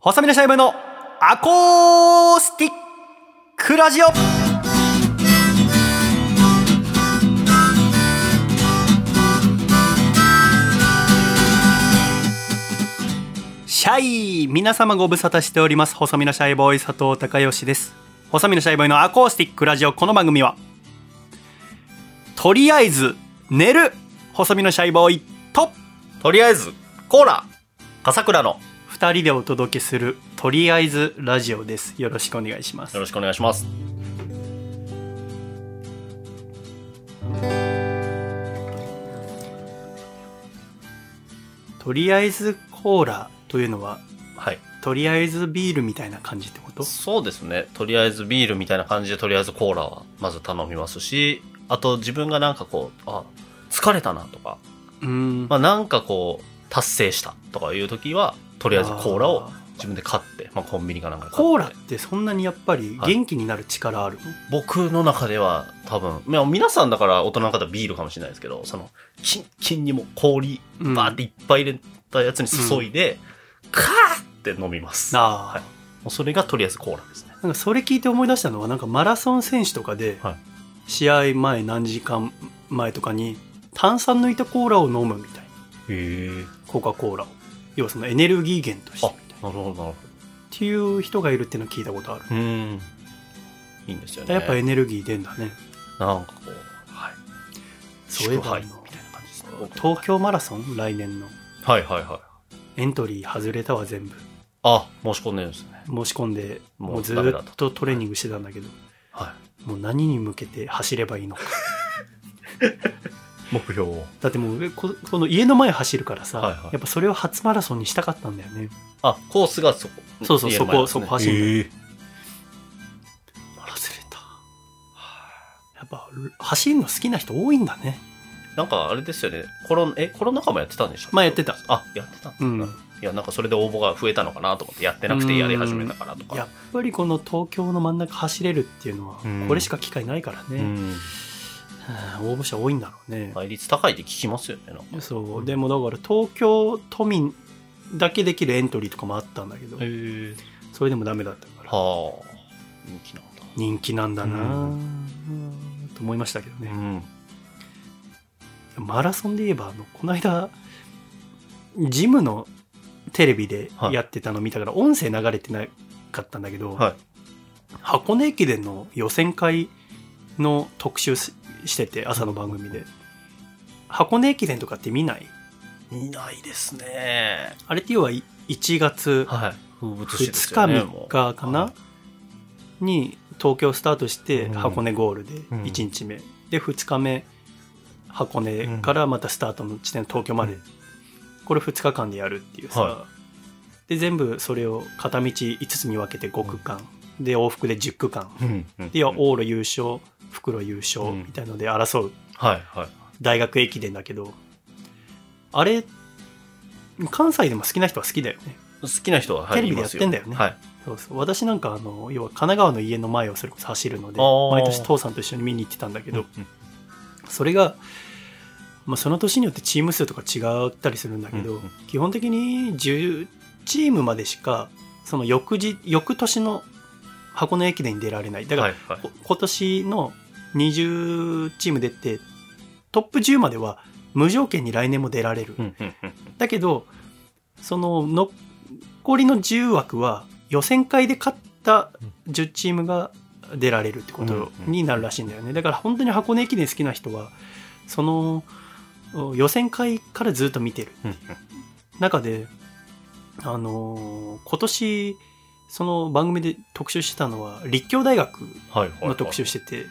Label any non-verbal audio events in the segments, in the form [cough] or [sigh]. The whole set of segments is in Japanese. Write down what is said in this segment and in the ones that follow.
細身のシャイボーイのアコースティックラジオシャイ皆様ご無沙汰しております細身のシャイボーイ佐藤孝義です細身のシャイボーイのアコースティックラジオこの番組はとりあえず寝る細身のシャイボーイととりあえず、コーラ、笠倉の、二人でお届けするとりあえずラジオですよろしくお願いしますよろしくお願いします。とりあえずコーラというのははい。とりあえずビールみたいな感じってことそうですね。とりあえずビールみたいな感じで、とりあえずコーラはまず頼みますし、あと自分がなんかこう、あ、疲れたなとか、うーんまあなんかこう、達成したとかいう時は、とりあえずコーラを自分で買って、まあコンビニかなんかで買ってコーラってそんなにやっぱり元気になる力あるの、僕の中では多分、まあ皆さんだから大人の方はビールかもしれないですけど、その、キンキンにもう氷、うんバーっていっぱい入れたやつに注いで、カーって飲みます。なもあ、はうそれがとりあえずコーラですね。なんかそれ聞いて思い出したのはなんかマラソン選手とかで、はい試合前何時間前とかに炭酸抜いたコーラを飲むみたいなへえ。コカ・コーラを要はそのエネルギー源としてあみたいな、なるほど、なっるほていう人がいるっていうのは聞いたことある、ど。うん。いいんですよね。やっぱエネルギー出んだねなんかこう、はい。そういえばあ祝杯みのたいな感じですね。東京マラソン来年のはいはいはい。エントリー外れたわ全部あ、申し込んでるんですね。申し込んでもうもうずダメだっとトレーニングしてたんだけどはもう何に向けて走ればいいのかい。目標を。だってもうここの家の前走るからさ、はいはいやっぱそれを初マラソンにしたかったんだよねあ、コースがそこ。そうそう家の前なんですそねこそこ走るへえ忘れたやっぱ走るの好きな人多いんだねなんかあれですよね。コロナ、え、コロナ禍もやってたんでしょまあやってたあ、やってたんですうねんいや、なんかそれで応募が増えたのかなと思って、やってなくてやり始めたからとやっか。ぱりこの東京の真ん中走れるっていうのはうんこれしか機会ないからうね、ん。はあ応募者多いんだろうね、倍率高いって聞きますよね、なんか。そうでもだから東京都民だけできるエントリーとかもあったんだけどへえ。それでもダメだったからはあ。人気なんだ。人気なんだなうぁうんと思いましたけどうね、ん。マラソンで言えばあのこの間ジムのテレビでやってたの見たから、音声流れてなかったんだけど、はい。箱根駅伝の予選会の特集ししてて朝の番組で、箱根駅伝とかって見ない見ないですね。あれって要は1月はい。風物詩です2よ日ね。 3日かな、もに東京スタートしてうん箱根ゴールでん1日目、で2日目箱根からまたスタートの地点東京まで、うんこれ2日間でやるっていうさ、はで全部それを片道5つに分けて5区間、で往復で10区間ううん。うんで要は往路優勝袋優勝うんみたいので争うはい、はい。大学駅伝だけどあれ関西でも好きな人は好きだよね好きな人は、はい、テレビでいやまっすてんだよねはい。そうそう私なんかあの要は神奈川の家の前をそれこそ走るのであー毎年父さんと一緒に見に行ってたんだけけど、それが、まあ、その年によってチーム数とか違ったりするんだけど、うんうん基本的に10チームまでしかその翌日翌年の箱根駅伝に出られないだから、はい、はい。こ今年の20チーム出てトップ10までは無条件に来年も出られる、うんうんうんだけどその残りの10枠は予選会で勝った10チームが出られるってことになるらしいんだよねだから本当に箱根駅伝好きな人はそのお予選会からずっと見てるうんうん。中であのー今年その番組で特集してたのは立教大学はい、はい。の特集ししてて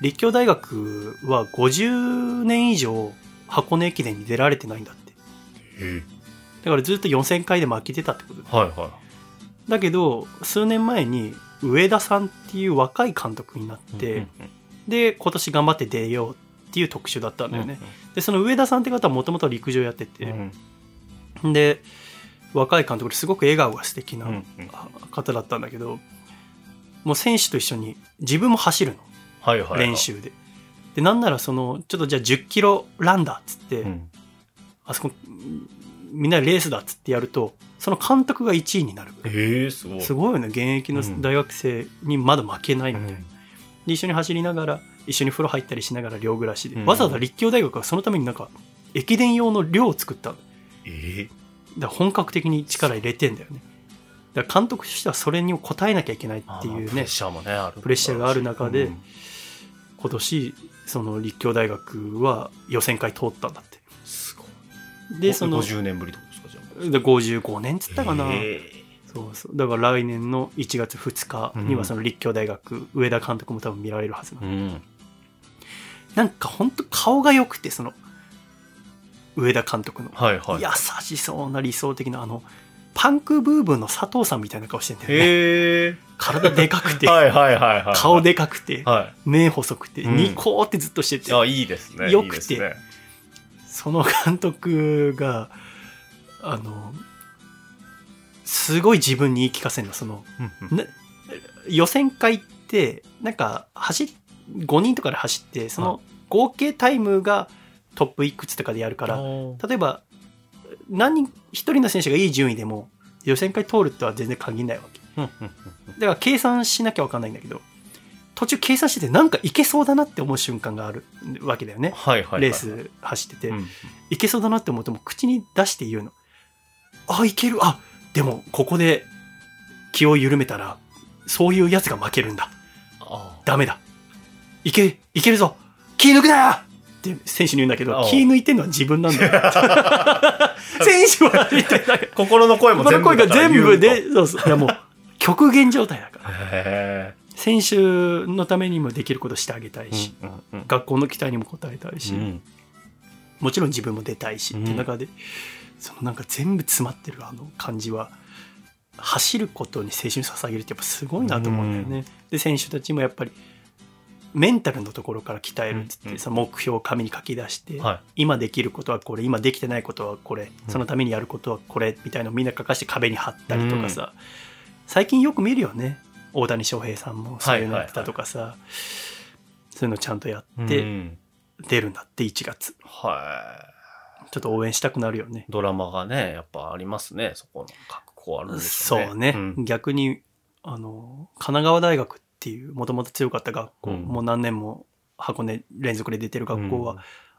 立教大学は50年以上箱根駅伝に出られてないんだってて。だからずっと予選会で負けてたってことだはい、はい。だけど数年前に上田さんっていう若い監督になって、うんで今年頑張って出ようっていう特集だったんだよね、うんでその上田さんって方はもともと陸上やってうんうて、んで若い監督ですごく笑顔が素敵うんなうん方だったんだけどもう選手と一緒に自分も走るのはいはいはい練習で。で、なんならその、ちょっとじゃあ10キロランだっつって、うんあそこ、みんなレースだっつってやると、その監督が1位になる。ええすごい。すごいよね。現役のうん大学生にまだ負けないみうたいな。んで一緒に走りながら一緒に風呂入ったりしながら寮暮らしで、うんわざわざ立教大学はそのためになんか駅伝用の寮を作ったのだかえら本格的に力入れてんだよねだから監督としてはそれに応えなきゃいけないーっていまあうプレねッシャーもね、ある。プレッシャーがある中でうん今年その立教大学は予選会通ったんだってすごい。でその50年ぶりってことですか、じゃあ。で55年っつったかな、ええそうそうだから来年の1月2日にはその立教大学、上田監督も多分見られるはずなのうん。なんかほんと顔が良くてその上田監督のはいはい。優しそうな理想的なあのパンクブーブーの佐藤さんみたいな顔してんだよねへえ。体でかくて、 [laughs] はいはいはいはい。顔。でかくて、は目細くて、うんニコーってずっとしててい。あ、いいですね。よくていいですねその監督があのすごい自分に言い聞かせるのそのうんうんな予選会ってなんか走っ5人とかで走ってその合計タイムがトップいくつとかでやるからおー例えば何人一人の選手がいい順位でも予選会通るとは全然限らないわけうんうんだから計算しなきゃ分かんないんだけど途中計算しててなんかいけそうだなって思う瞬間があるわけだよね、はいはいはい。レース走ってて、うん。いけそうだなって思っても口に出して言うのあいけるあでもここで気を緩めたらそういうやつが負けるんだあダメだいけいけるぞ気抜くなよって選手に言うんだけあどあ気抜いてんのは自分なんだよ [laughs] 選手はみたいなー心の声もこ全の声部だがから全言うと。部で、そうそう。いやもう、極限状態だから。へ選手のためにもできることしてあげたいし、ーうんうんうん学校の期待にも応えたいし、うんもちろん自分も出たいし、うんっていう中で、そのなんか全部詰まってるあの感じは、走ることに青春捧げるってやっぱすごいなと思うんだよね。で、選手たちもやっぱり、メンタルのところから鍛えるっつっうんうて、んその目標を紙に書き出して、は今できることはこれ今できてないことはこれうんそのためにやることはこれみたいのをみんな書かして壁に貼ったりとかさ、最近よく見るよね大谷翔平さんもそういうのやってたとかさ、そういうのちゃんとやい。ってうん出るんだって1月はい。ちょっと応援したくなるよねドラマがね、やっぱありますね。そこの覚悟あるんでしょうね。そうね、ん逆にあの神奈川大学っていうもともと強かった学校、うんもう何年も箱根連続で出てる学校は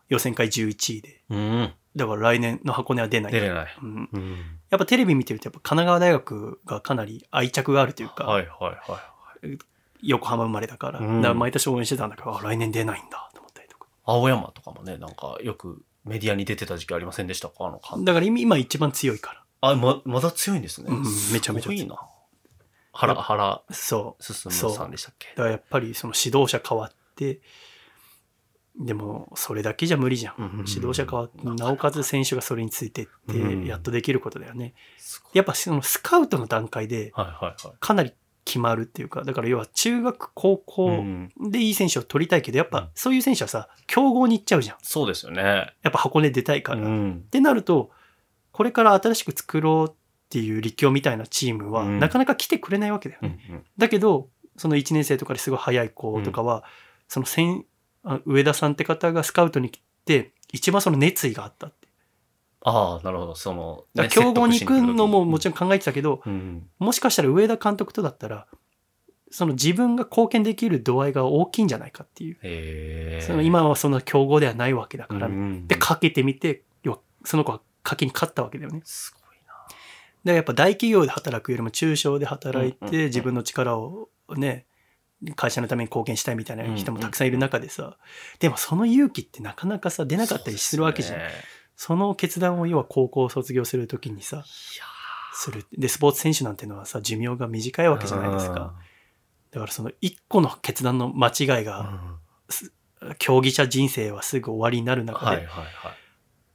予選会11位でうん。だから来年の箱根は出ない出れない。うん、うん。やっぱテレビ見てるとやっぱ神奈川大学がかなり愛着があるというか、はいはいはい。横浜生まれだから、うんだから毎年応援してたんだけど、あ来年出ないんだと思ったりとか。青山とかもね、なんかよくメディアに出てた時期ありませんでしたかあの監督だから今今一番強いかあ、ま、まだ強いんですね。うんめちゃめちゃ強いいいな。原、原ら、そう。進さんでしたっけだからやっぱりその指導者変わって、でもそれだけじゃ無理じゃん。うんうんうん指導者変わって、なおかつ選手がそれについてっうんて、やっとできることだよね。すごいやっぱそのスカウトの段階ではいはいはかなり決まるっていうか、だから要は中学、高い。校ん、でいい選手を取りたいけど、やっうんぱそういう選手はさ、競合に行っちゃうじゃん。そうですよね。やっぱ箱根出たいから。うっん。てなると、これから新しく作ろうっていう立教みたいなチームは、うんなかなか来てくれないわけだようね。んだけど、その1年生とかですごい早い子とかは、その先あ上田さんって方がスカウトに来て、一番その熱意があったって。ああ、なるほど。その、だから競合に行くのももちろろん考えてたけど、ん。うん。もしかしたら上田監督とだったら、その自分が貢献できる度合いが大きいんじゃないかっていう。ええその今はその競合ではないわけだから、うんで、かけてみて、要はその子は賭けに勝ったわけだよね。すごいな。でやっぱ大企業で働くよりも中小で働いうんうんうんて自分の力をね会社のために貢献したいみたいな人もたくさんいる中でさでもその勇気ってなかなかさ出なかったりするわけじゃんそそ,、うですねの決断を要は高校を卒業する時にさいやするでスポーツ選手なんてのはさ寿命が短いーわけじゃないですか。だからその一個の決断の間違いうんが競技者人生はすぐ終わりになる中はいはいではい。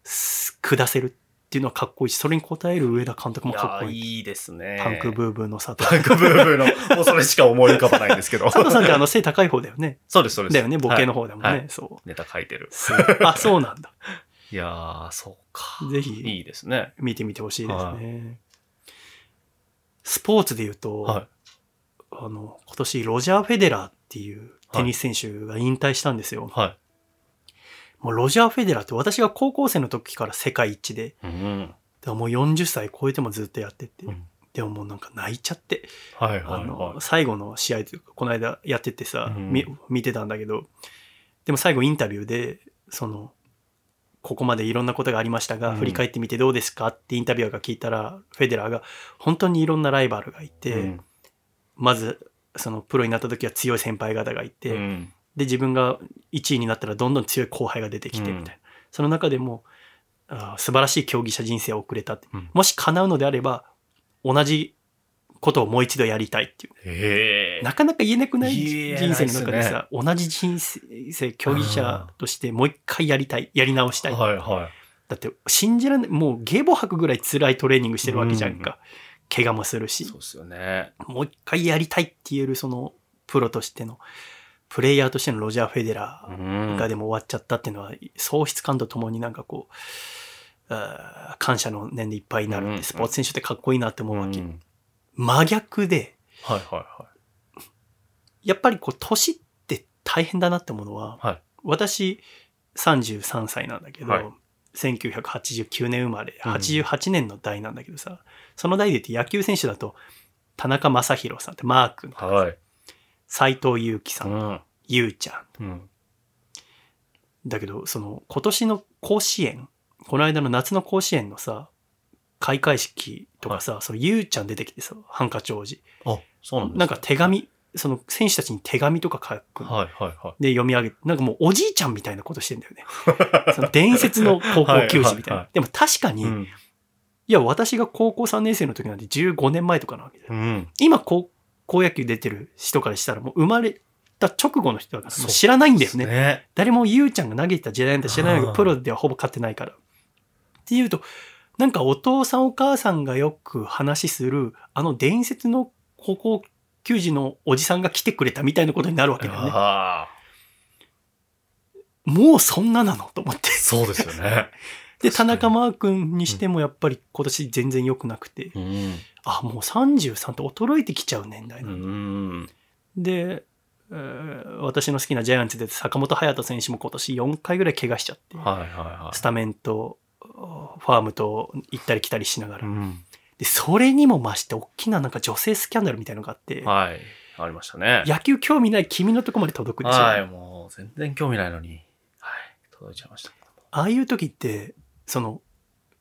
す下せるっていうのはかっこいいしそれに応える上田監督いもやかっこーいいいいですね。パンクブーブーの佐 [laughs] 藤パンクブーブーの、もうそれしか思い浮かばないんです [laughs] けど。佐藤さんってあの背高い方だよね。 [laughs] そうです、そうです。だよね、ボケのは方いだもんね。はいそネタ書いてるう。。すあ、そうなんだ。いやー、そうか。ぜひいいですね。見てみてほしいですね。はスポーツで言うと、はあの、今年ロジャー・フェデラーっていうテニス選手が引退したんですよ。い。はもうロジャー・フェデラーって私が高校生の時から世界一で、い。うん。からもう40歳超えてもずっとやってて、うんでももうなんか泣いちゃって、はいはあいの、はい。最後の試合というか、この間やっててさ、うんみ見てたんだけど、でも最後インタビューで、その、ここまでいろんなことがありましたが、うん振り返ってみてどうですかってインタビュアーが聞いたら、フェデラーが、本当にいろんなライバルがいて、うんまず、そのプロになった時は強い先輩方がいて、うんで自分が1位になったらどんどん強い後輩が出てきてみたいな、うんその中でもあー素晴らしい競技者人生を送れたって、うんもし叶うのであれば同じことをもう一度やりたいっていうへえ。なかなか言えなくない言え人ないっす生ねの中でさ、同じ人生競技者としてもう一回やりたいやり直したい、はいはだって信じられないもうゲボ吐くぐらい辛いトレーニングしてるわけじゃんか、怪我もするい。しそうですよね。もう一回やりたいって言えるそのプロとしてのプレイヤーとしてのロジャー・フェデラー、うん。がでも終わっちゃったっていうのは、喪失感とともになんかこう、あー感謝の念でいっぱいになるうっんうんて、スポーツ選手ってかっこいいなって思うわうけ。ん真逆で、はいはやっぱりこう、年って大変だなって思うのは、いはい。はい。私、33歳なんだけはいど、1989年生まれ、うん88年の代なんだけどさ、その代でって野球選手だと、田中将大さんってマー君、はい。斎藤佑樹さ、うんん。ゆうちゃん、うん。だけど、その、今年の甲子園、この間の夏の甲子園のさ、開会式とかさ、そのゆうちゃん出てきてさ、ハンカチ王子。あ、そうなんですなんか手紙、その選手たちに手紙とか書く。はいはいはい。で、読み上げて、なんかもうおじいちゃんみたいなことしてんだよね。 [laughs] その伝説の高校球児みたいな。はいはいはいでも確かに、うん。いや、私が高校3年生の時なんて15年前とかなわけだよ。うん。今、高校野球出てる人からしたら、もう生まれた直後の人だから、そうもう知らないんだよね。ね。誰もゆうちゃんが投げてた時代なんて知らないけあど、ープロではほぼ勝ってないから。っていうと、なんかお父さんお母さんがよく話する、あの伝説の高校球児のおじさんが来てくれたみたいなことになるわけだよね。ああ。もうそんななのと思って。そうですよね。で、田確かに中マー君にしてもやっぱり今年全然良くなくて、 [laughs] うん。あ、もう33って衰えてきちゃう年代うなのん。で、えー私の好きなジャイアンツで坂本隼人選手も今年4回ぐらい怪我しちゃって。はいはいはスタメンとファームと行ったり来たりしながい。ら。ん。で、それにも増して大きななんか女性スキャンダルみたいのがあって、はい。ありましたね。野球興味ない君のとこまで届くでしょ。はあい、もう全然興味ないのに。はい。届いちゃいましたけども。あいう時って、その、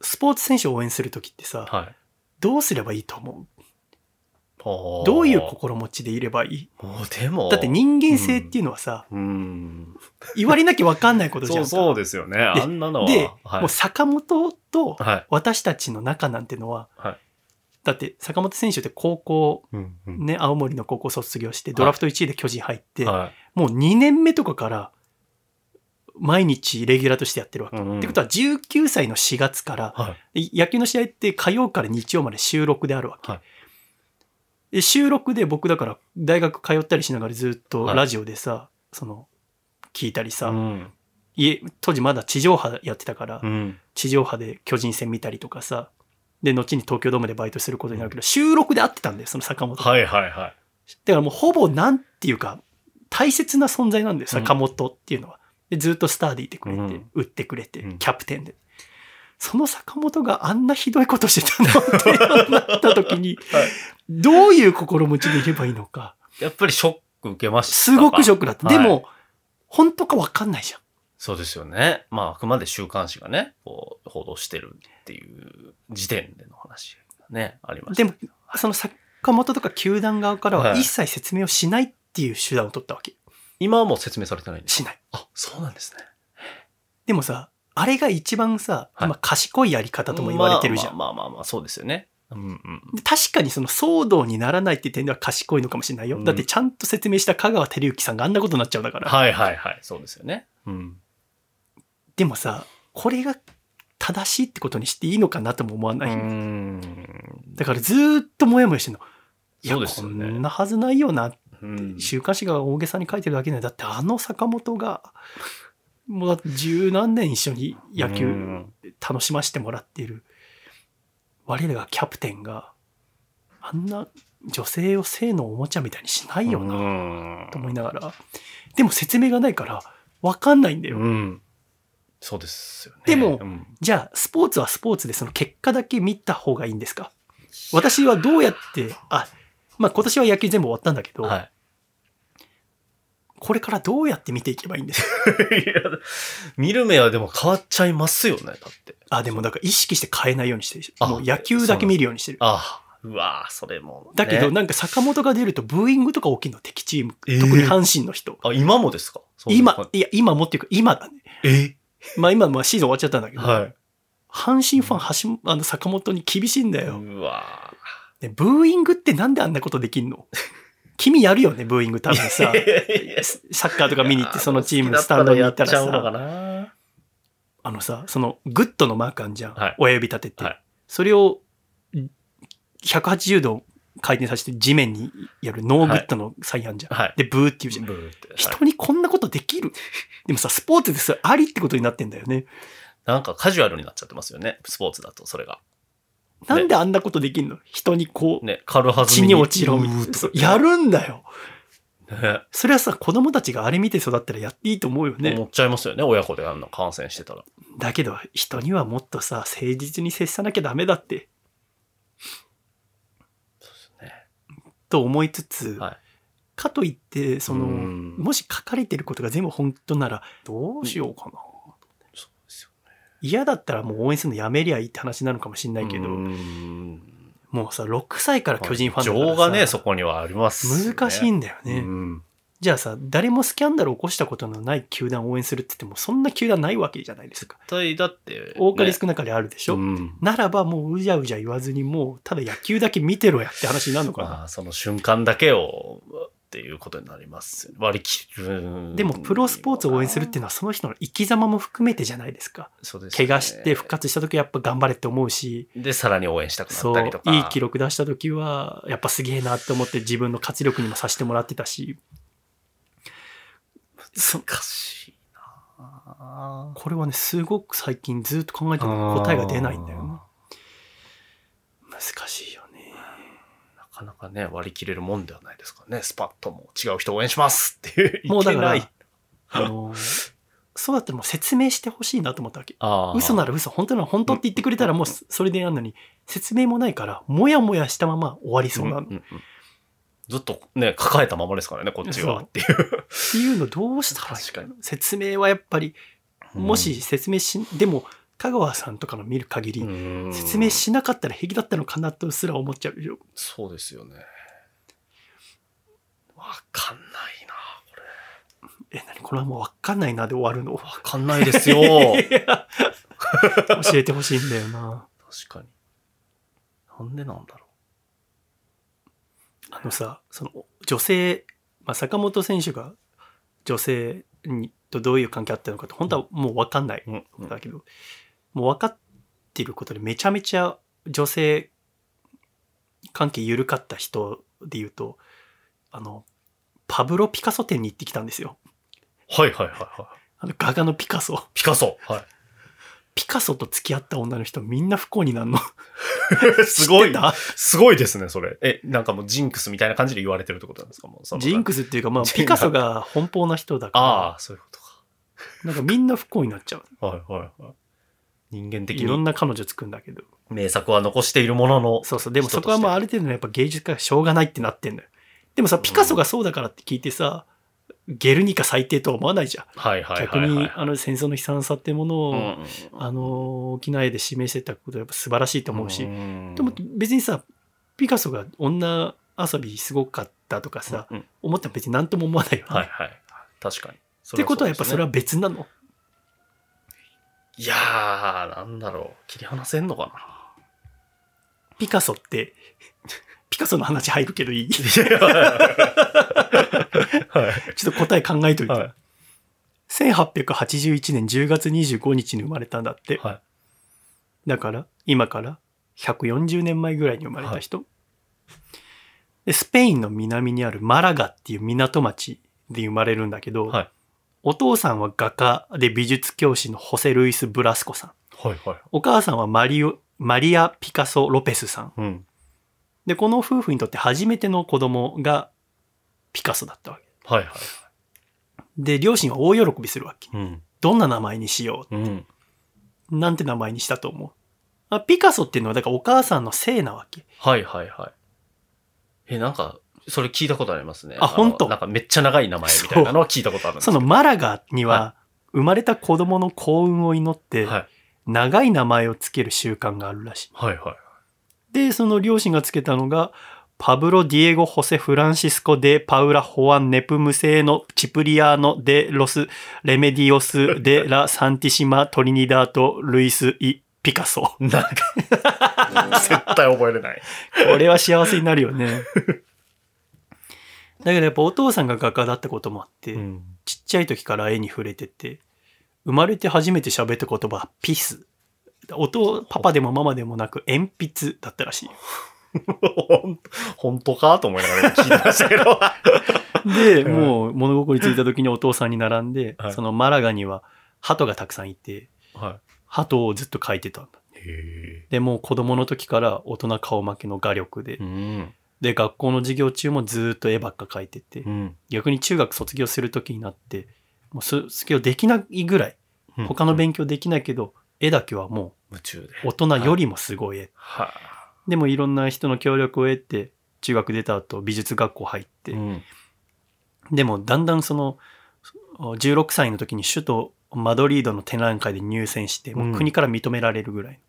スポーツ選手を応援する時ってさ、はい。どうすればいいと思ほうどういう心持ちでいればいいもうでも。だって人間性っていうのはさ、うん。言われなきゃわかんないことじゃんそうか。 [laughs] そうですよね。あんなのは。で、はいもう坂本とはい。私たちの仲なんてのは、はいだって坂本選手って高校うんうん。ね、青森の高校卒業して、ドラフト1位で巨人入って、はもう2年目とかから、毎日レギュラーとしてやってるわけ。い。うんってことは19歳の4月から、はい。野球の試合って火曜から日曜まで収録であるわけ。はいで収録で僕だから大学通ったりしながらずっとはいラジオでさ、その、聞いたりさ、うん。家、当時まだ地上波やってたから、うん。地上波で巨人戦見たりとかさ、で、後に東京ドームでバイトすることになるけど、収録で会ってたんだよ、その坂本とはいはいはい。だからもうほぼなんていうか、大切な存在なんだよ、坂本っていうのは。で、ずっとスターでいてくれて、うん打ってくれてうん、キャプテンで。その坂本があんなひどいことしてたのってなった時に、 [laughs] はいどういう心持ちでいればいいのか、やっぱりショック受けましたか。すごくショックだった。はいでも、本当かわかんないじゃん。そうですよね。まあ、あくまで週刊誌がね、こう、報道してるっていう時点での話がね、ありました。でも、その坂本とか球団側からははい一切説明をしないっていう手段を取ったわけ。今はもう説明されてないんです。しない。あ、そうなんですね。でもさ、あれが一番さ、はい今賢いやり方とも言われてるじゃん。まあまあまあまあ、そうですよね。うんうん。で確かにその騒動にならないって点では賢いのかもしれないよ。うんだってちゃんと説明した香川照之さんがあんなことになっちゃうんだから。はいはいはい。そうですよね。うん。でもさ、これが正しいってことにしていいのかなとも思わうない。ん。だからずーっとモヤモヤしてんの。いや、そうですこよねんなはずないよなって。うん週刊誌が大げさに書いてるだけで、だってあの坂本が、もうだって十何年一緒に野う球ん楽しませてもらっている、我らがキャプテンが、あんな女性を性のおもちゃみたいにしないよな。うんと思いながら。でも説明がないから、わかんないんだよ。うん。そうですよね。でもうんじゃあ、スポーツはスポーツでその結果だけ見た方がいいんですか私はどうやって、あ、まあ今年は野球全部終わったんだけど、はい。 [laughs] これからどうやって見ていけばいいんですかいや見る目はでも変わっちゃいますよね、だって。あ、でもだから意識して変えないようにしてるし、あもう野球だけ見るようにしてる。ああ、うわーそれも、ね。だけど、な、なんか坂本が出るとブーイングとか起きるの、敵チーム。えー特に阪神の人。あ、今もですかそうです今か、いや、今もっていうか、今だね。えまあ今、まあシーズン終わっちゃったんだけど、はい。阪神ファン、橋あの坂本に厳しいんだよ、うわね。ブーイングってなんであんなことできん [laughs] の君やるよね、ブーイング多分ーさ。ササッカーとか見に行って、そのチームののスタンドに行ったらやっちゃうのかさ、なあのさ、そのグッドのマークあんじゃん。はい親指立てて。はいそれをん180度回転させて地面にやるノーグッドのサインあんじゃん。はいで、ブーって言うじゃん。ブーってはい人にこんなことできるでもさ、スポーツですありってことになってんだよね。なんかカジュアルになっちゃってますよね。スポーツだと、それが。なんであんなことできんの人にこう、ね、軽はず血に落ちろみたいな。そうやるんだよ。ね。それはさ、子供たちがあれ見て育ったらやっていいと思うよね。思っちゃいますよね、親子であんな感染してたら。だけど、人にはもっとさ、誠実に接さなきゃダメだって、と思いつつ、はいかといって、その、うんもし書かれてることが全部本当なら、どうしようかな。そうですよ嫌だったらもう応援するのやめりゃいいって話なのかもしんないけど、うんもうさ、6歳から巨人ファンだから情さがね、そこにはあります、難しいんんだよね。うんじゃあさ、誰もスキャンダル起こしたことのない球団を応援するって言っても、そんな球団ないわけじゃないですか。絶対だって、多かれね少なかれあるでしょ、うんならばもううじゃうじゃ言わずに、もうただ野球だけ見てろやって話になるのかな。まあ、その瞬間だけをっていうことになりますよね。割り切る。でもプロスポーツを応援するっていうのはその人の生き様も含めてじゃないですか。そうですね怪我して復活した時はやっぱ頑張れって思うし、で、さらに応援したくなっそたうりと、か。いい記録出した時はやっぱすげえなって思って自分の活力にもさせてもらってたし、そ難しいなこれはね、すごく最近ずっと考えてるのに答えが出ないんだよね。難しいよね。なかなかね、割り切れるもんではないですからね。スパッとも違う人応援しますっていう。もうだいけかならい。あのーそうだってもう説明してほしいなと思ったわけ。あー嘘なら嘘、本当なら本当って言ってくれたらもうそそれでやるのに、説明もないから、もやもやしたまま終わりそうなの。んんうんずっとね、抱えたままですからね、こっちそはうっていう。っていうのどうしたらいい確かに。説明はやっぱり、 [laughs] もし説明し、でも、香川さんとかの見る限うり、ん、説明しなかったら平気だったのかなとすら思っちゃうでしょ。そうですよね。わかんないなこれ。え、何これはもうわかんないなで終わるの。わかんないですよ。 [laughs] 教えてほしいんだよ [laughs] な。確かに。なんでなんだろ。あのさ、その女性、まあ、坂本選手が女性にとどういう関係あったのかって本当はもう分かんないううん。んだけど、もう分かってることでめちゃめちゃ女性関係緩かった人で言うと、あの、パブロ・ピカソ店に行ってきたんですよ。はいはいはいはい。あの、画家のピカソ。ピカソ。 [laughs] はピカソと付き合った女の人みんな不幸になるの。い。すご知っいて。たすごいですね、それ。え、なんかもうジンクスみたいな感じで言われてるってことなんですかもうそのジンクスっていうか、まあ、ピカソが奔放な人だかああ、そういうことら、なんかみんな不幸になっちゃう。か。はいはいはい。人間的いろんにな彼女作るんだけど。名作は残しているものの。そうそう。でもそ人としてこはまあある程度のやっぱ芸術家がしょうがないってなってんだよ。でもさ、んピカソがそうだからって聞いてさ、ゲルニカ最低とは思わないじゃん。はいはい逆はいはい。にあの戦争の悲惨さってものを、うんあの、沖縄で示してたことはやっぱ素晴らしいと思うし、んでも別にさ、ピカソが女遊びすごかったとかさ、うんうん思ったら別に何とも思わないよね。はいはい。確かに。っってことはやっぱそれは別なの。いやー、なんだろう。切り離せんのかピカソって、 [laughs] ピカソの話入るけどいいちょ [laughs] な。はっと答え考えといい。て。は1881年10月25日に生まれたんだって。い。はだから、今から140年前ぐらいに生まれた人。で、スペインの南にあるマラガっていう港町で生まれるんだけど、い。はい。お父さんは画家で美術教師のホセ・ルイス・ブラスコさん。はい。はい。お母さんはマリオ、マリア・ピカソ・ロペスさん。うん。で、この夫婦にとって初めての子供がピカソだったわけ。はい。はい。で、両親は大喜びするわけ。うん。どんな名前にしようん。う。なんて名前にしたと思う。あピカソっていうのは、だからお母さんの姓なわけ。はいはいはい。え、なんか、それ聞いたことありますね。あの本当なんかめっちゃ長い名前みたいなのは聞いたことあるんですそけどのマラガにはは、生まれた子供の幸運を祈って、はい。長い名前をつける習慣があるらしい。はいはい。で、その両親がつけたのが、パブロ・ディエゴ・ホセ・フランシスコ・デ・パウラ・ホアン・ネプムセーノ・チプリアーノ・デ・ロス・レメディオス・デ・ラ・サンティシマ・トリニダート・ルイス・イ・ピカソ。なんか、 [laughs] 絶対覚えれない。これは幸せになるよ [laughs] ね。だけどやっぱお父さんが画家だったこともあって、 [laughs] ん。ちっちゃい時から絵に触れてて、生まれて初めて喋った言葉はピス。音、パパでもママでもなく鉛筆だったらしいよ。本当かと思いながら聞いてました [laughs] けど。 [laughs] で、うんもう物心ついた時にお父さんに並んで、はいそのマラガには鳩がたくさんいて、は鳩をずっと描いてたんだ。い。へで、もう子供の時から大人顔負けの画力で、うん。で、学校の授業中もずーっと絵ばっか描いてて、うん。逆に中学卒業する時になって、もうす卒業できないぐらい、他の勉勉強できないけど、絵だけはも夢中で。う大人よりもすごい絵。はでもいろんな人の協力を得て、中学出た後美術学校入って、い。ん。でもだんだんその、16歳の時に首都マドリードの展覧会で入選して、もう国から認められるぐらいの、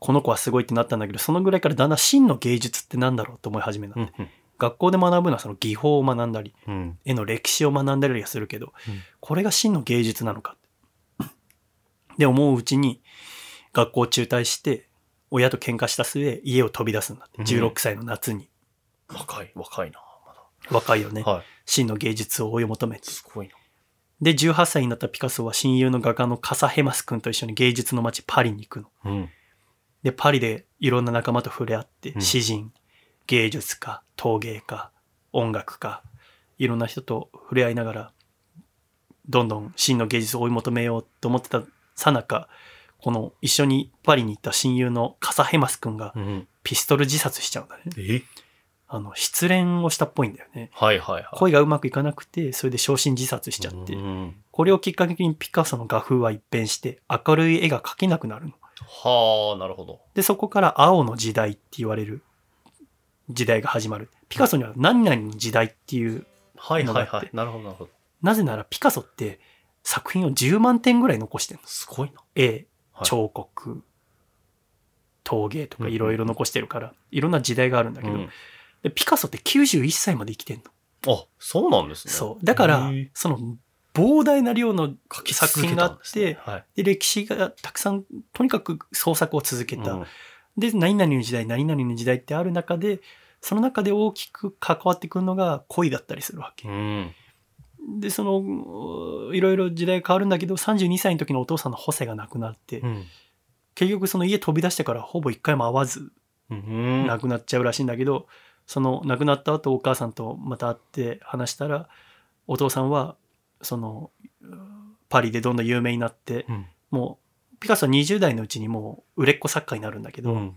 この子はすごいってなったんだけど、そのぐらいからだんだん真の芸術ってなんだろうと思い始めた。うん。学校で学ぶのはその技法を学んだり、うん。絵の歴史を学んだりはするけど、うんこれが真の芸術なのかって。 [laughs] で、思ううちに、学校を中退して、親と喧嘩した末、家を飛び出すんだって。うん16歳の夏に。若い、若いな、ま若いよね。だ。はい。真の芸術を追い求めて。すごいな。で、18歳になったピカソは親友の画家のカサヘマス君と一緒に芸術の街パリに行くの。うん。で、パリでいろんな仲間と触れ合って、ん詩人、芸術家、陶芸家、音楽家、いろんな人と触れ合いながら、どんどん真の芸術を追い求めようと思ってたさなか、この一緒にパリに行った親友のカサヘマス君がうん。ピストル自殺しちゃうんだね。えあの、失恋をしたっぽいんだよね。はいはいはい。恋がうまくいかなくて、それで焼身自殺しちゃってう、ん。これをきっかけにピカソの画風は一変して、明るい絵が描けなくなるの。はあ、なるほど。で、そこから青の時代って言われる時代が始まる。ピカソには何々の時代っていう、はいはいのがあはっいて。なるほどなるほど。なぜならピカソって作品を10万点ぐらい残してるの。すごいな。絵、はい彫刻、陶芸とかうんいろいろ残してるから、いろんな時代があるんだけど、うんでピカソって91歳まで生きてんの。あ、そうなんですね。そう。だからへえ、その膨大な量の書き続作け品があたんっですねて、はい。で歴史がたくさん、とにかく創作を続けた。うんで、何々の時代、何々の時代ってある中で、その中で大きく関わってくるのが恋だったりするわけ。うん。で、その、ういろいろ時代が変わるんだけど、32歳の時のお父さんの補正が亡くなって、うん。結局その家飛び出してからほぼ一回も会わずうん。亡くなっちゃうらしいんだけど、その亡くなった後お母さんとまた会って話したら、お父さんは、その、うんパリでどんどん有名になって、うんもう、ピカソは20代のうちにもう売れっ子作家になるんだけど、うん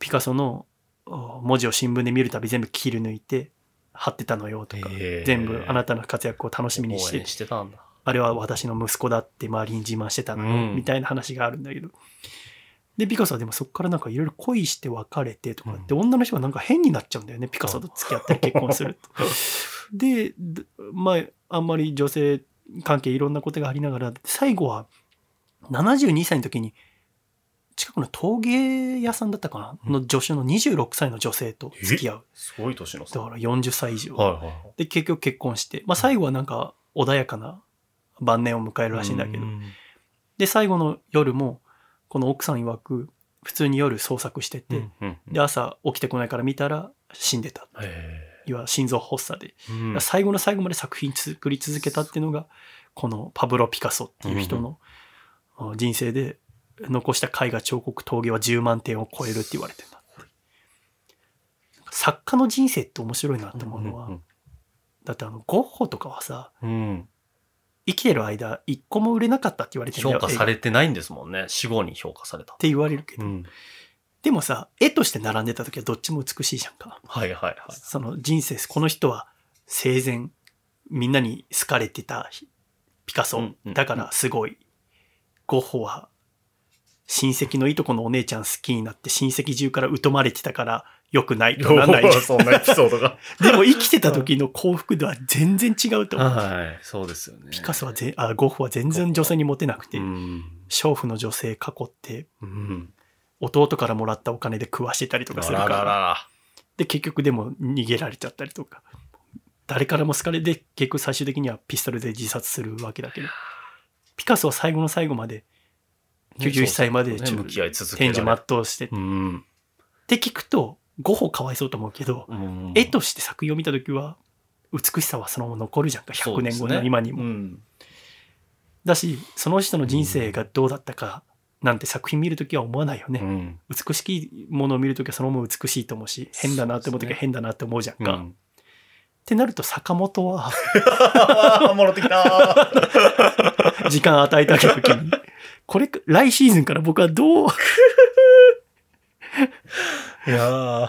ピカソのお文字を新聞で見るたび全部切り抜いて貼ってたのよとか、へー全部あなたの活躍を楽しみにし応て援、してたんだ。あれは私の息子だって周りに自慢してたのよ、うんみたいな話があるんだけど。で、ピカソはでもそこからなんかいろいろ恋して別れてとかって、女の人がなんか変になっちゃうんだよね、ピカソと付き合ったり結婚すると。で、 [laughs] どまあ、あんまり女性関係いろんなことがありながら、最後は72歳の時に、近くの陶芸屋さんだったかなの助手の26歳の女性と付き合う。すごい年の差。だはから40歳以上い。はいはい。で、結局結婚して、まあ最後はなんか穏やかな晩年を迎えるらしいんだけどう、んで、最後の夜も、この奥さん曰く、普通に夜捜索してて、うんで、朝起きてこないから見たら死んでた。へいわゆる心臓発作で。えうん最後の最後まで作品作り続けたっていうのが、このパブロ・ピカソっていう人のあ人生で残した絵画、彫刻、陶芸は10万点を超えるって言われてるんだって。作家の人生って面白いなと思うのは、だってあの、ゴッホとかはさ、うん生きてる間、一個も売れなかったって言われてるんだ評よ価さ絵っれてないんですもんね。死後に評価された。て言われるけど、うんでもさ、絵として並んでた時はどっちも美しいじゃんか。はいはいはい。その人生、この人は生前、みんなに好かれてたピカうソんうんだからすごいゴッホは親戚のいとこのお姉ちゃん好きになって親戚中から疎まれてたから良くない [laughs] となんないそんなエピソードが。でも生きてた時の幸福度は全然違うと思うはい、そうですよね。ピカソはぜあゴッホは全然女性にモテなくてうん。娼婦の女性囲ってうん。弟からもらったお金で食わしてたりとかすあるからららら。で結局でも逃げられちゃったりとか誰からも好かれで結局最終的にはピストルで自殺するわけだけどピカソは最後の最後までね91歳までそうですちねょっ向とき合い続けら天れ寿る全うしてっうん。て聞くとゴッホかわいそうと思うけどうん絵として作品を見た時は美しさはそのまま残るじゃんか100年後そうですのね今にも、うんだしその人の人生がどうだったかなんて作品見る時は思わないよね、うん。美しいものを見るときはそのまま美しいと思うし変だなって思うときは変だなって思うじゃんか、っ [laughs] が。てなると坂本は [laughs] 戻ってきた。時間与えてあげる時にこれ来シーズンから僕はどう [laughs] いやー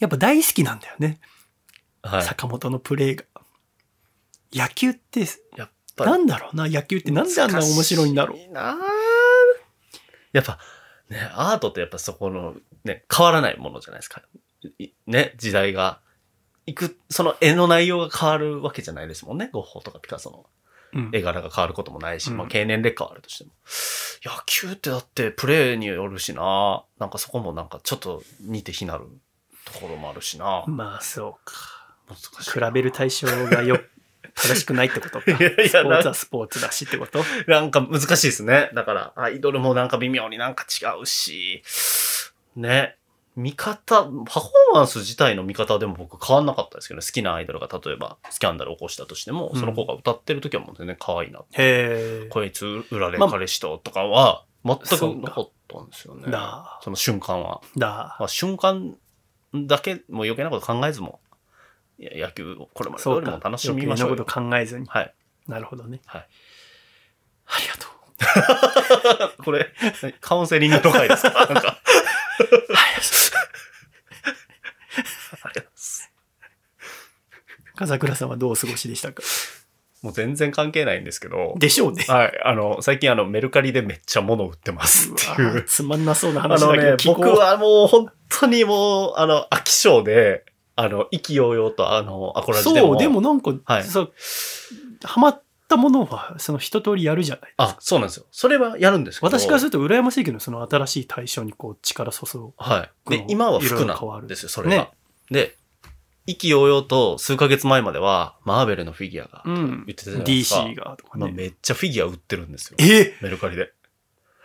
やっぱ大好きなんだよね、はい。坂本のプレーが野球ってやっぱりなんだろうな野球ってなんであんな面白いんだろう難しいなぁやっぱ、ね、アートってやっぱそこの、ね、変わらないものじゃないですか。いね、時代が。いく、その絵の内容が変わるわけじゃないですもんね。ゴッホとかピカソのうん絵柄が変わることもないし、うんまあ経年劣化はあるとしても。野球ってだってプレーによるしななんかそこもなんかちょっと似て非なるところもあるしなまあそうか難しい比な。べる対象がよ正しくないってことか [laughs] いやいやスポーツなはスポーツだしってこと [laughs] なんか難しいですね。だから、アイドルもなんか微妙になんか違うし、ね。見方、パフォーマンス自体の見方でも僕変わんなかったですけど、ね、好きなアイドルが例えばスキャンダルを起こしたとしても、うんその子が歌ってる時はもう全然可愛いな。へえこいつ売られまあ彼氏ととかは全くそうかなかったんですよね。だその瞬間は。だまあ、瞬間だけ、もう余計なこと考えずも、いや野球をこれまでそようりもか楽しみましょうよ余計なこと考えずにはい。なるほどね。はい。ありがとう。これ、カウンセリングとかですかなん [laughs] か。ありがとうございます風倉さんはどうお過ごしでしたかもう全然関係ないんですけど、でしょうね。はい、あの、最近あの、メルカリでめっちゃ物売ってますっていうわう。つまんなそうなあ話だのけど、ね、聞こ僕うはもう本当にもう、あの、飽き性で、あの、意気揚々と、あの、アコラジでも。そう、でもなんか、はいそう、ハマったものは、その一通りやるじゃない。あ、そうなんですよ。それはやるんですけど。私からすると羨ましいけど、その新しい対象にこう力注ぐ。はい。でこ、う今は服いろいろ変わなんるですよ、それが。ねで、意気揚々と数ヶ月前までは、マーベルのフィギュアがうん言ってたじゃないですか。 DC がとかまあ、ね。めっちゃフィギュア売ってるんですよ。えメルカリで。っ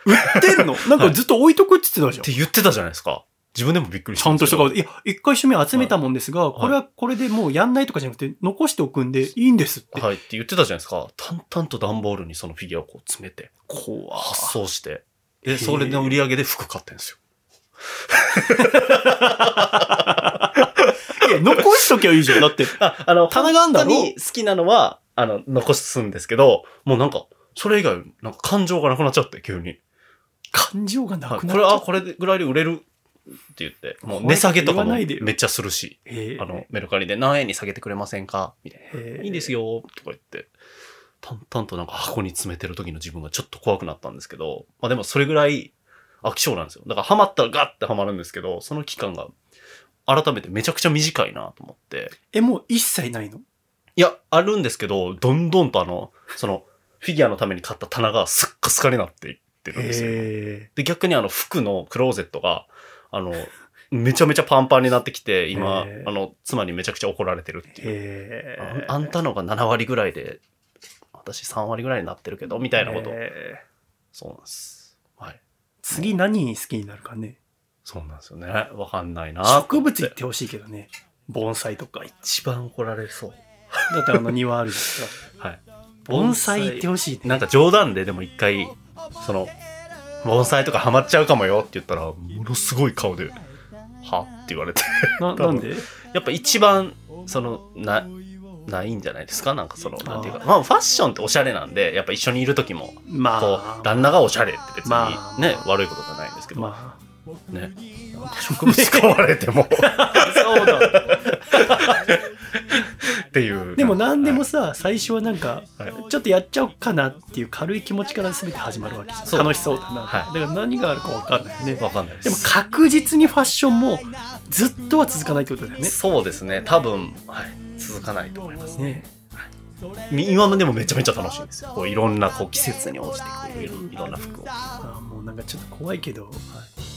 売ってんのなんかずっと置いとくって言ってたじて言ってたじゃないですか。自分でもびっくりゃん。しちゃたんでとすしたけど。顔で。いや、一回趣味集めたもんですが、いこれはこれでもうやんないとかじゃなくて、残しておくんでいいんですって。はいって言ってたじゃないですか。淡々と段ボールにそのフィギュアをこう詰めて、怖発送して。へで、ーそれの売り上げで服買ってんですよ。いや、残しときゃいいじゃん。だって、あ、あの、棚があんだろ本当に好きなのは、あの、残すんですけど、もうなんか、それ以外、なんか感情がなくなっちゃって、急に。感情がなはい、くなこっれちゃうは、あこれぐらいで売れるって言って、もうこれ値下げとか言もわないでよめっちゃするし、ええあの、メルカリで何円に下げてくれませんかみたいな。ええいいんですよ、とか言って、淡々となんか箱に詰めてる時の自分がちょっと怖くなったんですけど、まあでもそれぐらい飽き性なんですよ。だからハマったらガッてハマるんですけど、その期間が改めてめちゃくちゃ短いなと思って。え、もう一切ないのいや、あるんですけど、どんどんとあの、その、フィギュアのために買った棚がスッカスカになっていってるんですよ。えで、逆にあの服のクローゼットが、あの、めちゃめちゃパンパンになってきて、今、へーあの、妻にめちゃくちゃ怒られてるっていう。ええあんあんたのが7割ぐらいで、私3割ぐらいになってるけど、みたいなこと。ええそうなんです。はい。次何に好きになるかね。そうなんですよね。わかんないなと思って。植物行ってほしいけどね。盆栽とか。一番怒られそう。だってあの庭あるじゃないです [laughs] か。はい。盆栽行ってほしいね。なんか冗談ででも一回、その、盆栽とかハマっちゃうかもよって言ったら、ものすごい顔で、はって言われて。 [laughs] な、なんでやっぱ一番、その、な、ないんじゃないですかなんかその、なんていうか。あまあファッションっておしゃれなんで、やっぱ一緒にいる時も、こまう、あ、旦那がおしゃれって別にまあね、悪いことじゃないんですけど、まあ、ね。植物買われても、そうだ。っていう。 [laughs] でも何でもはいさ、最初はなんか、はいちょっとやっちゃおうかなっていう軽い気持ちから全て始まるわけじそゃうん楽しそうだな、はだから何があるか分かんないよねわかんないです。でも確実にファッションもずっとは続かないってことだよねそうですね。多分、はい、続かないと思いますね。ねみ今でもめちゃめちゃ楽しいんですよ。こういろんなこう季節に応じてこういろいろんな服を。 [laughs] あーもうなんかちょっと怖いけど、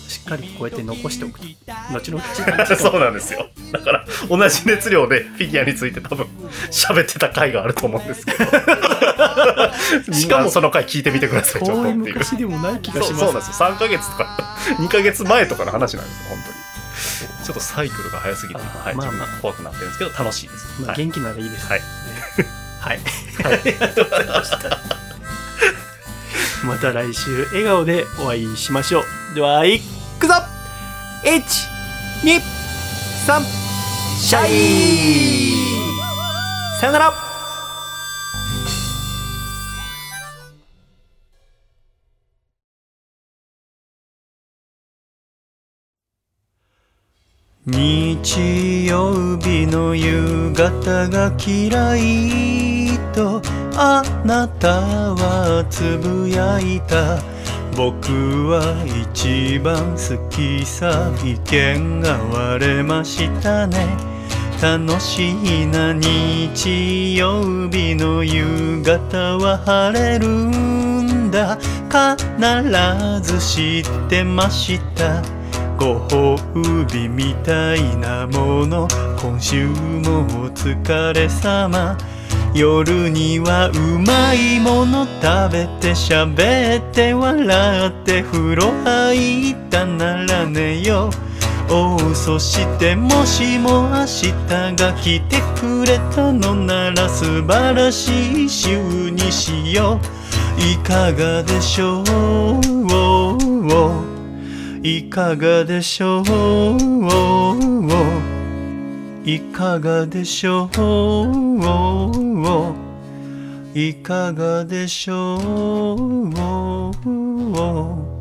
しっかりこうやって残しておく後々そうなんですよ。だから同じ熱量でフィギュアについて多分喋ってた回があると思うんですけ [laughs] ど。ししかもかもその回聞いてみてください。ちょっ遠といっていう。昔でもない気がそうしそうなんまですよ。3ヶ月とか、2ヶ [laughs] 月前とかの話なんですよ、本当に。ちょっとサイクルが早すぎあて、今ーはい、まあまあ自分が怖くなってるんですけど、楽しいです。す、まあ、はい、元気ならいいですはいねはい、はい [laughs] ありがとうございましたまた来週笑顔でお会いしましょうではいくぞ123シャイさよなら日曜日の夕方が嫌いとあなたはつぶやいた僕は一番好きさ意見が割れましたね楽しいな日曜日の夕方は晴れるんだ必ず知ってましたご褒美みたいなもの今週もお疲れ様夜にはうまいもの食べて喋って笑って風呂入ったなら寝ようおうそしてもしも明日が来てくれたのなら素晴らしい週にしよういかがでしょういかがでしょういかがでしょういかがでしょう